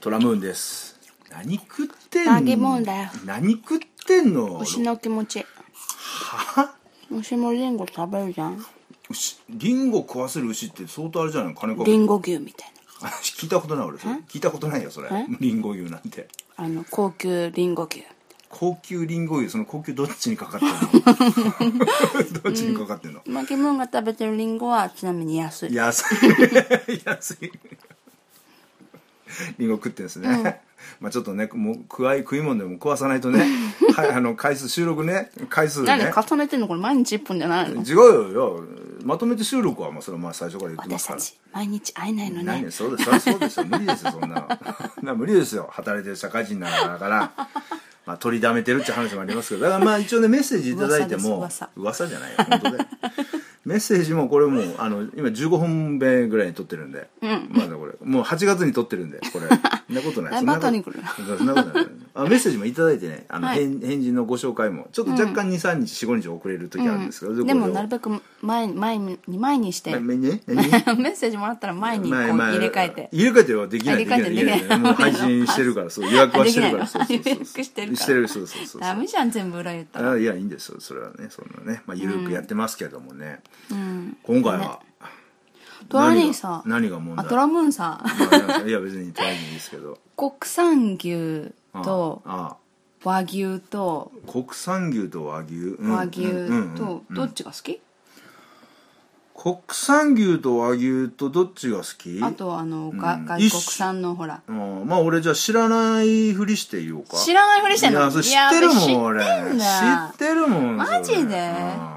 トラムーンです何食ってん揚げもんだよ何食ってんの牛の気持ちは牛もリンゴ食べるじゃん牛リンゴ食わせる牛って相当あれじゃないの金かかリるンゴ牛みたい聞いたことない俺それ聞いたことないよそれリンゴ牛なんてなあの高級リンゴ牛高級リンゴ油その高級どっちにかか ってんのどっちにかかってんの、マキムーンが食べてるリンゴはちなみに安い安い安いリンゴ食ってんですね、 まあちょっとねもう食わい食い物でも壊さないとねはいあの回数収録ね回数ね何重ねてんのこれ毎日1本じゃないの違うよよまとめて収録はまあそれはまあ最初から言ってま私すかたらち毎日会えないの何ねそうですそりゃそうですよ無理ですよそんなな無理ですよ働いてる社会人なんだからまあ取りだめてるって話もありますけどだからまあ一応ねメッセージいただいても噂ですじゃないよ本当でメッセージもこれもうあの今15本目ぐらいに撮ってるんで、まだこれもう8月に撮ってるんでこれそんなことないそんなことバカに来るなそんなことないあメッセージもいただいてねあの、はい返返事のご紹介もちょっと若干23日45日遅れる時あるんですけど、でもなるべく前に前に前にして めメね何ッセージもらったら前にこう入れ替えて入れ替えてはできないあ入れ替えてできないできないもう配信してるからそう 予約はしてるからあできないそうそうそうの予約してるからしてるそうそうそうダメじゃん全部裏言ったらあいやいいんですよそれはねそんなねまあ緩くやってますけどもね、今回はトラ兄さ何が何が問あ題トラムーンさんまあいや別にトラジーですけ ど国産牛あとあ和牛と国産牛と和牛、うん和牛うんうんとどっちが好き国産牛と和牛とどっちが好きあとあのがうん外国産のほらうんまあ俺じゃあ知らないふりして言おうか知らないふりしてんのいやそれ知ってるもんい俺や知ってんだ知ってるもんそれマジでうん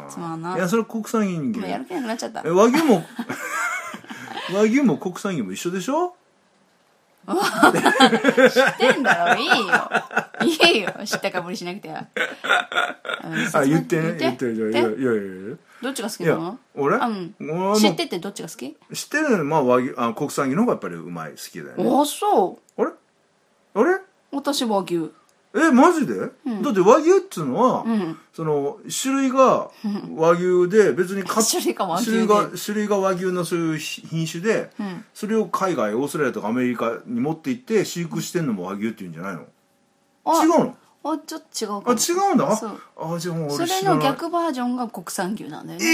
つまんないいやそれ国産牛もうやる気なくなっちゃったえ和牛も 和牛も国産牛も一緒でしょ知ってんだろいいよいいよ知ったかぶりしなく てああ言ってね言ってるいやいやいやいやどっちが好きいなやの俺あうん俺はもう知っててどっちが好き知ってるのまあ和牛あ国産牛の方がやっぱりうまい好きだよねあそうあれあれ私和牛えマジで、だって和牛っつうのは、んその種類が和牛で別にか種類が和牛種で類が種類が和牛のそういう品種で、んそれを海外オーストラリアとかアメリカに持って行って飼育してんのも和牛っていうんじゃないのあ違うのあちょっと違うあかも違うんだそうあじゃあもうそ俺れ知らのない逆バージョンが国産牛なんだよね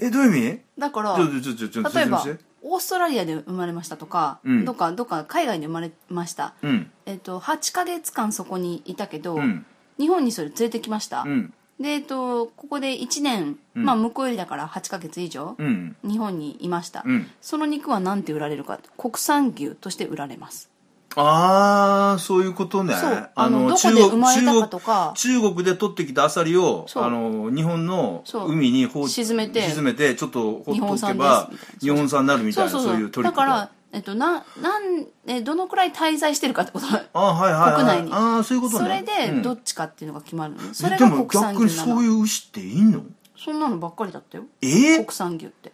ええどういう意味だからちょちょちょちょちょ例え説明ばしてオーストラリアで生まれましたとか、うんどっかどっか海外で生まれました、うんえっと8ヶ月間そこにいたけど、うん日本にそれ連れてきました、うんで、えっと、ここで1年、うんまあ、向こうよりだから8ヶ月以上、うん日本にいました、うんその肉は何て売られるか国産牛として売られますああそういうことねそうあのどこで生まれたかとか中国中国で取ってきたアサリをそうあの日本のそう海に放置沈めて沈めてちょっとほ日っ本とけ産ばですみたいな日本産になるみたいなそそううそうそういうトリッだクから、えっと、ななんえどのくらい滞在してるかってことあはいはい、はい、国内にああそういうことそねれでうんどっちかっていうのが決まるの、ねそえれでがも国産逆に牛なそうのいう牛っていいのそんなのばっかりだったよええ国産牛って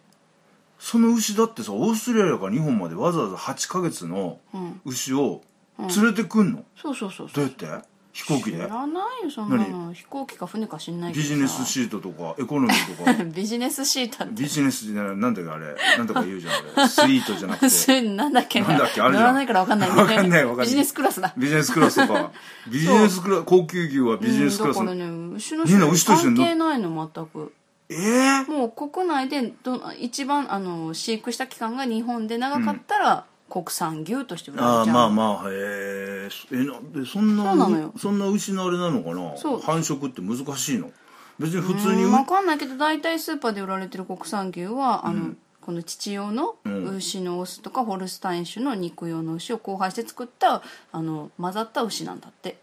その牛だってさオーストラリアから日本までわざわざ8ヶ月のうん牛を連れてくんの、そうそうそうそどううやって飛行機知でらないよそんなの飛行機か船か知んないけビどさジネスシートとかエコノミーとか ビジネスシートってビジネスじゃないなんだっけあれなんとか言うじゃんあれスイートじゃなくそてれ なんだっけななんだっけあれじゃん乗らないから分かんないんだよねわかんないわかんないビジネスクラスだビジネスクラスと かビジネスクラス高級牛はビジネスクラスうんの、だからね牛のみんな牛と一緒関に乗っ係ないの全くえー、もう国内でど一番あの飼育した期間が日本で長かったら、国産牛として売らあれあちゃうまあまあへええなんでそんなそうなのよそんな牛のあれなのかなそう繁殖って難しいの別に普通にううんわかんないけど大体スーパーで売られてる国産牛はあの、この父用のん牛のオスとかホルスタイン種の肉用の牛を交配して作ったあの混ざった牛なんだって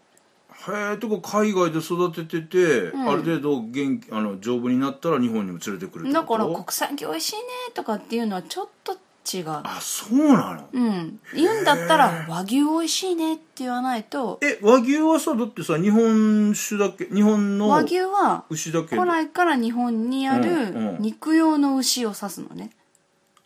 へえとか海外で育ててて、ある程度元気あの丈夫になったら日本にも連れてくるってだこからと国産牛美味しいねとかっていうのはちょっと違うあそうなの、うん言うんだったら和牛美味しいねって言わないとえ和牛はさだってさ日本酒だっけ日本の和牛は牛だっけ古来から日本にあうんるうん肉用の牛を指すのね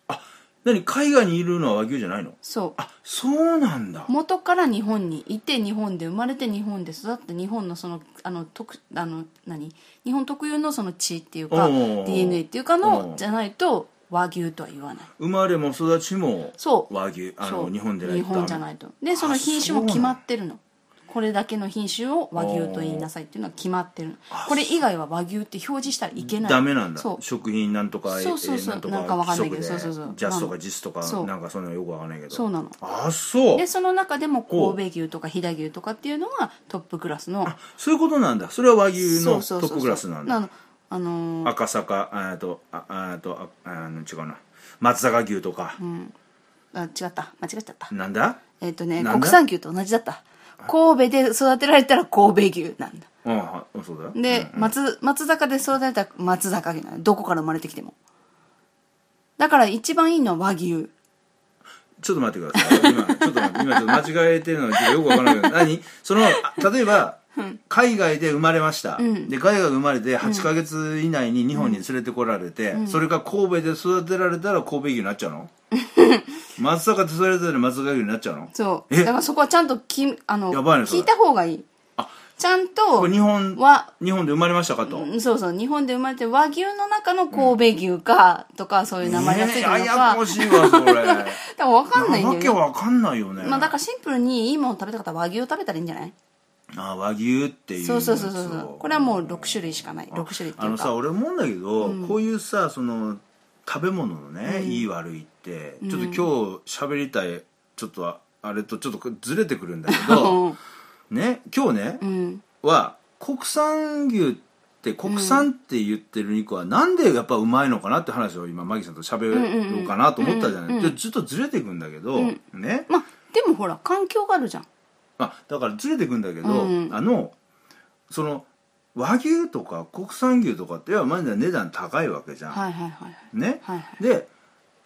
あ何海外にいるのは和牛じゃないのそうあそうなんだ元から日本にいて日本で生まれて日本で育って日本のそのあの特あの何日本特有のその血っていうかおうおうおう DNA っていうかのうんじゃないと和牛とは言わない生まれも育ちもそう和牛あそのう日本でない日と本じゃないいとでそのあ品種そうもなの決まってるのこれだけの品種を和牛と言いなさいっていうのは決まってるのこれ以外は和牛って表示したらいけないダメなんだそう食品なんとかそうそえうそうーなんとなんかわかんないけど規則でそうそうそうジャスとまかあジスとかそうなんかそんなのよくわかんないけどそうなのあそうでその中でもほう神戸牛とか飛騨牛とかっていうのがトップクラスのそういうことなんだそれは和牛そのうそトうそッうそうプクラスなんだのあのー赤坂ああとああとああの違うな松坂牛とか、あ違った間違っちゃったなんだえっ、とねなんだ国産牛と同じだった神戸で育てられたら神戸牛なんだうんはそうだよで、松松坂で育てられたら松坂牛なのどこから生まれてきてもだから一番いいのは和牛ちょっと待ってください。今、ちょっと待って、今ちょっと間違えてるのがちょっとよくわからないけど、何その、あ例えば、海外で生まれました。で、海外で生まれて8ヶ月以内に日本に連れてこられて、それが神戸で育てられたら神戸牛になっちゃ うの松坂で育てられたら松坂牛になっちゃうのそうえだからそこはちゃんときあのやばいねそ聞れいた方がいいちゃんことれ日本、は日本で生まれましたかと。うんそうそう日本で生まれて和牛の中の神戸牛かとか、そういう名前がついてえるーのややか、こしいわ、そ れ。わだから分かんないんだよわねけわかんないよね。まあだからシンプルにいいもの食べたかったら和牛を食べたらいいんじゃないあ、和牛っていう。そうそうそうそうそうこれはもう6種類しかない6種類ってあいうのか さ俺思うんだけど、こういうさその食べ物のね、いい悪いってちょっと今日喋りたいちょっとああれとちょっとずれてくるんだけ ど、ね今日ね、うんは国産牛って国産って言ってる肉はなんでやっぱうまいのかなって話を今マギさんと喋ろうかなと思ったじゃない、でちょっとずれてくんだけど、ねまあでもほら環境があるじゃんあだからずれてくんだけど、うあのその和牛とか国産牛とかっていやまだ値段高いわけじゃん、はいはいはいね、はいはで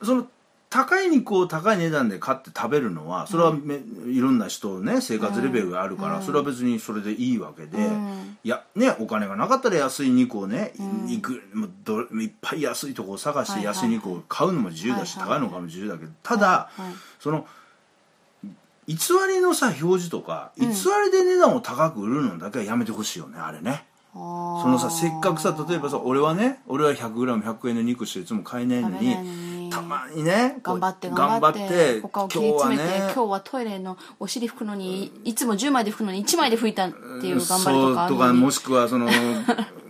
その高い肉を高い値段で買って食べるのはそれはめ、いろんな人ね生活レベルがあるから、それは別にそれでいいわけで、んいやね、お金がなかったら安い肉をね、いくもうどいっぱい安いとこを探しはていはい安い肉を買うのも自由だし、はいはい高いのも自由だけどただ、はいはいその偽りのさ表示とか偽りで値段を高く売るのだけはやめてほしいよねあれね。そそのさせっかくさ例えばさ俺はね俺は 100g100 円の肉しかいつも買えないの食べにないのにたまにねこう頑張って頑張頑張っってて他を切り詰めて今今日,、日はねはトイレのお尻拭くのにいつも10枚で拭くのに1枚で拭いたっていう頑張りそとうかあるとかのにもしくはそ の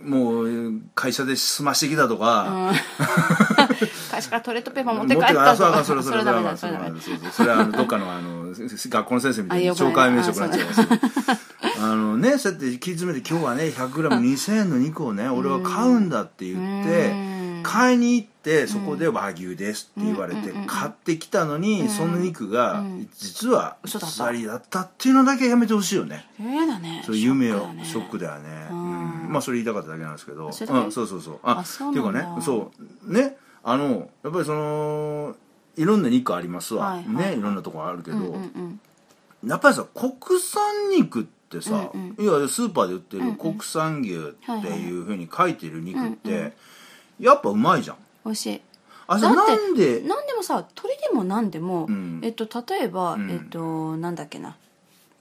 もう会社で済ましてきたとか、 会社からトイレットペーパー持持っってて帰帰っったたととかかそれそれダダメメだだそそれれダメだそうそうそれはあのどっかのあの 学校の先生みたいにあよくない懲戒名職になっちゃいますよあのねそうやって切り詰めて今日はね 100g2000 円の肉をね俺は買うんだって言って買いに行ってそこで和牛ですって言われて買ってきたのにその肉が実は嘘だったりだったっていうのだけやめてほしいよね嫌だねそう夢をだねショックだよねうんまあそれ言いたかっただけなんですけどそれだけうんそうそうそうああそうっていうかなんだねそうねあのやっぱりそのいろんな肉ありますわ、はいはいねいろんなとこあるけど、うんうんやっぱりさ国産肉ってさ、いわゆるスーパーで売ってる国産牛っていうふうに書いてる肉って、やっぱうまいじゃん美味しいあそれだってなんで何でもさ鳥でも何でも、んえっと例えば、んえっとなんだっけな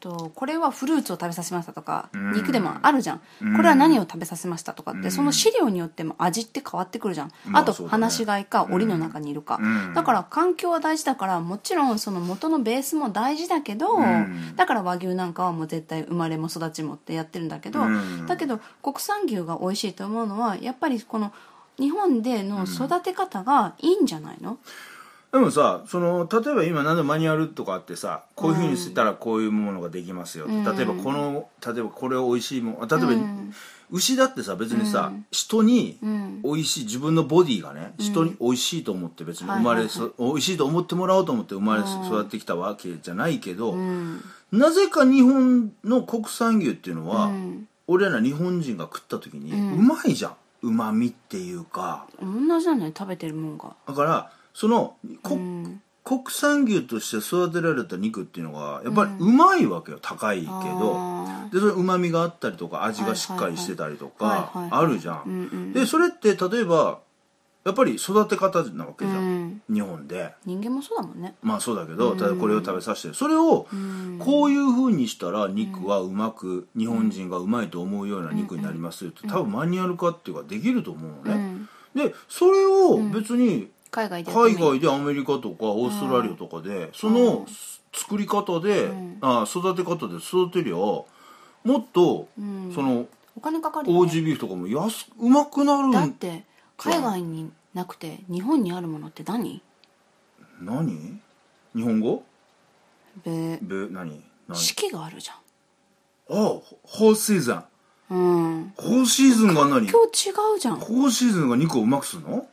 えっとこれはフルーツを食べさせましたとか、肉でもあるじゃん、これは何を食べさせましたとかって、その飼料によっても味って変わってくるじゃん、まああとそうだね放し飼いか檻の中にいるか、うんだから環境は大事だからもちろんその元のベースも大事だけど、んだから和牛なんかはもう絶対生まれも育ちもってやってるんだけど、うんだけど国産牛が美味しいと思うのはやっぱりこの日本での育て方がいいんじゃないの、でもさその例えば今何でマニュアルとかあってさこういうふうにしたらこういうものができますよ、例えばこの例えばこれ美味しいもん例えば、牛だってさ別にさ、人に美味しい自分のボディがね人に美味しいと思って別に生まれ、そ美味しいと思ってもらおうと思って生まれ育ってきたわけじゃないけど、なぜか日本の国産牛っていうのは、俺ら日本人が食った時にうまいじゃんうまみっていうか。同じなんだよ食べてるもんがだからそのこ、国産牛として育てられた肉っていうのがやっぱりうまいわけよ、高いけどあでそれうまみがあったりとか味がしっかりしてたりとはいかはいはいあるじゃんでそれって例えばやっぱり育て方なわけじゃ、ーうんん日本で人間もそうだもんねまあそうだけど、ただこれを食べさせてそれをこういうふうにしたら肉はうまく、日本人がうまいと思うような肉になりますよって、多分マニュアル化っていうかできると思うのね、でそれを別に海外でやっ海てみる外でアメリカとかオーストラリアとかで、その作り方で、あ育て方で育てりゃもっと、そのお金かかるよ、オーね、ジービーフとかも安くうまくなだっるんて海外になくて日本にあるものって何何日本語べべ何何四季があるじああホーシーズンゃんうんホーシーズンが何今日違うじゃんホーシーズンが肉をうまくするの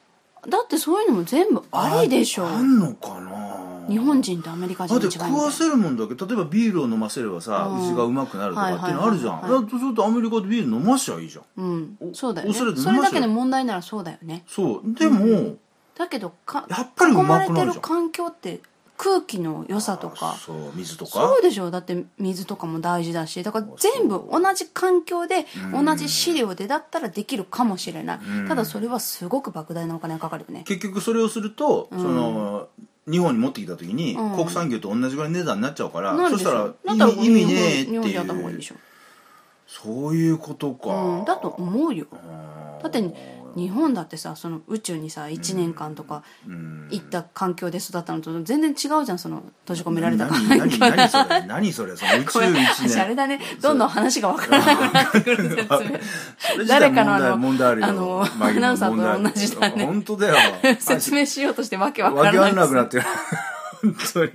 だってそういうのも全部ありでしょあんのかな日本人とアメリカだ人っの違ていみたい食わせるもんだけ例えばビールを飲ませればさうん味がうまくなるとかっていうのあるじゃんはだいはいはいはいとするとアメリカでビール飲ましちゃいいじゃんうんおそうだよね恐れて飲そませれろだけの問題ならそうだよねそうでもだけどかやっぱりう囲ままれくなてるるじゃん環境って空気の良さとかそう水とかそうでしょだって水とかも大事だしだから全部同じ環境でうん同じ飼料でだったらできるかもしれないうんただそれはすごく莫大なお金がかかるよね結局それをするとそんの日本に持ってきた時にうん国産牛と同じぐらいの値段になっちゃうからなそるしでしたょだっらたら意味意味ねえって日本でやった方がいいいうんでしょそういうことうんかだと思うよあーだって日本だってさその宇宙にさ1年間とかうん行った環境で育ったのと全然違うじゃんその閉じ込められた何環境何何それ何そ れその宇宙これ一私あれ年だねどんどん話がわからなくなってくる説明それ自体誰かのあの問題問題あるよあのまアナウンサーと問題ある同じだね本当だよ 説明しようとしてわけわわかけらわかない んなくなってる本当に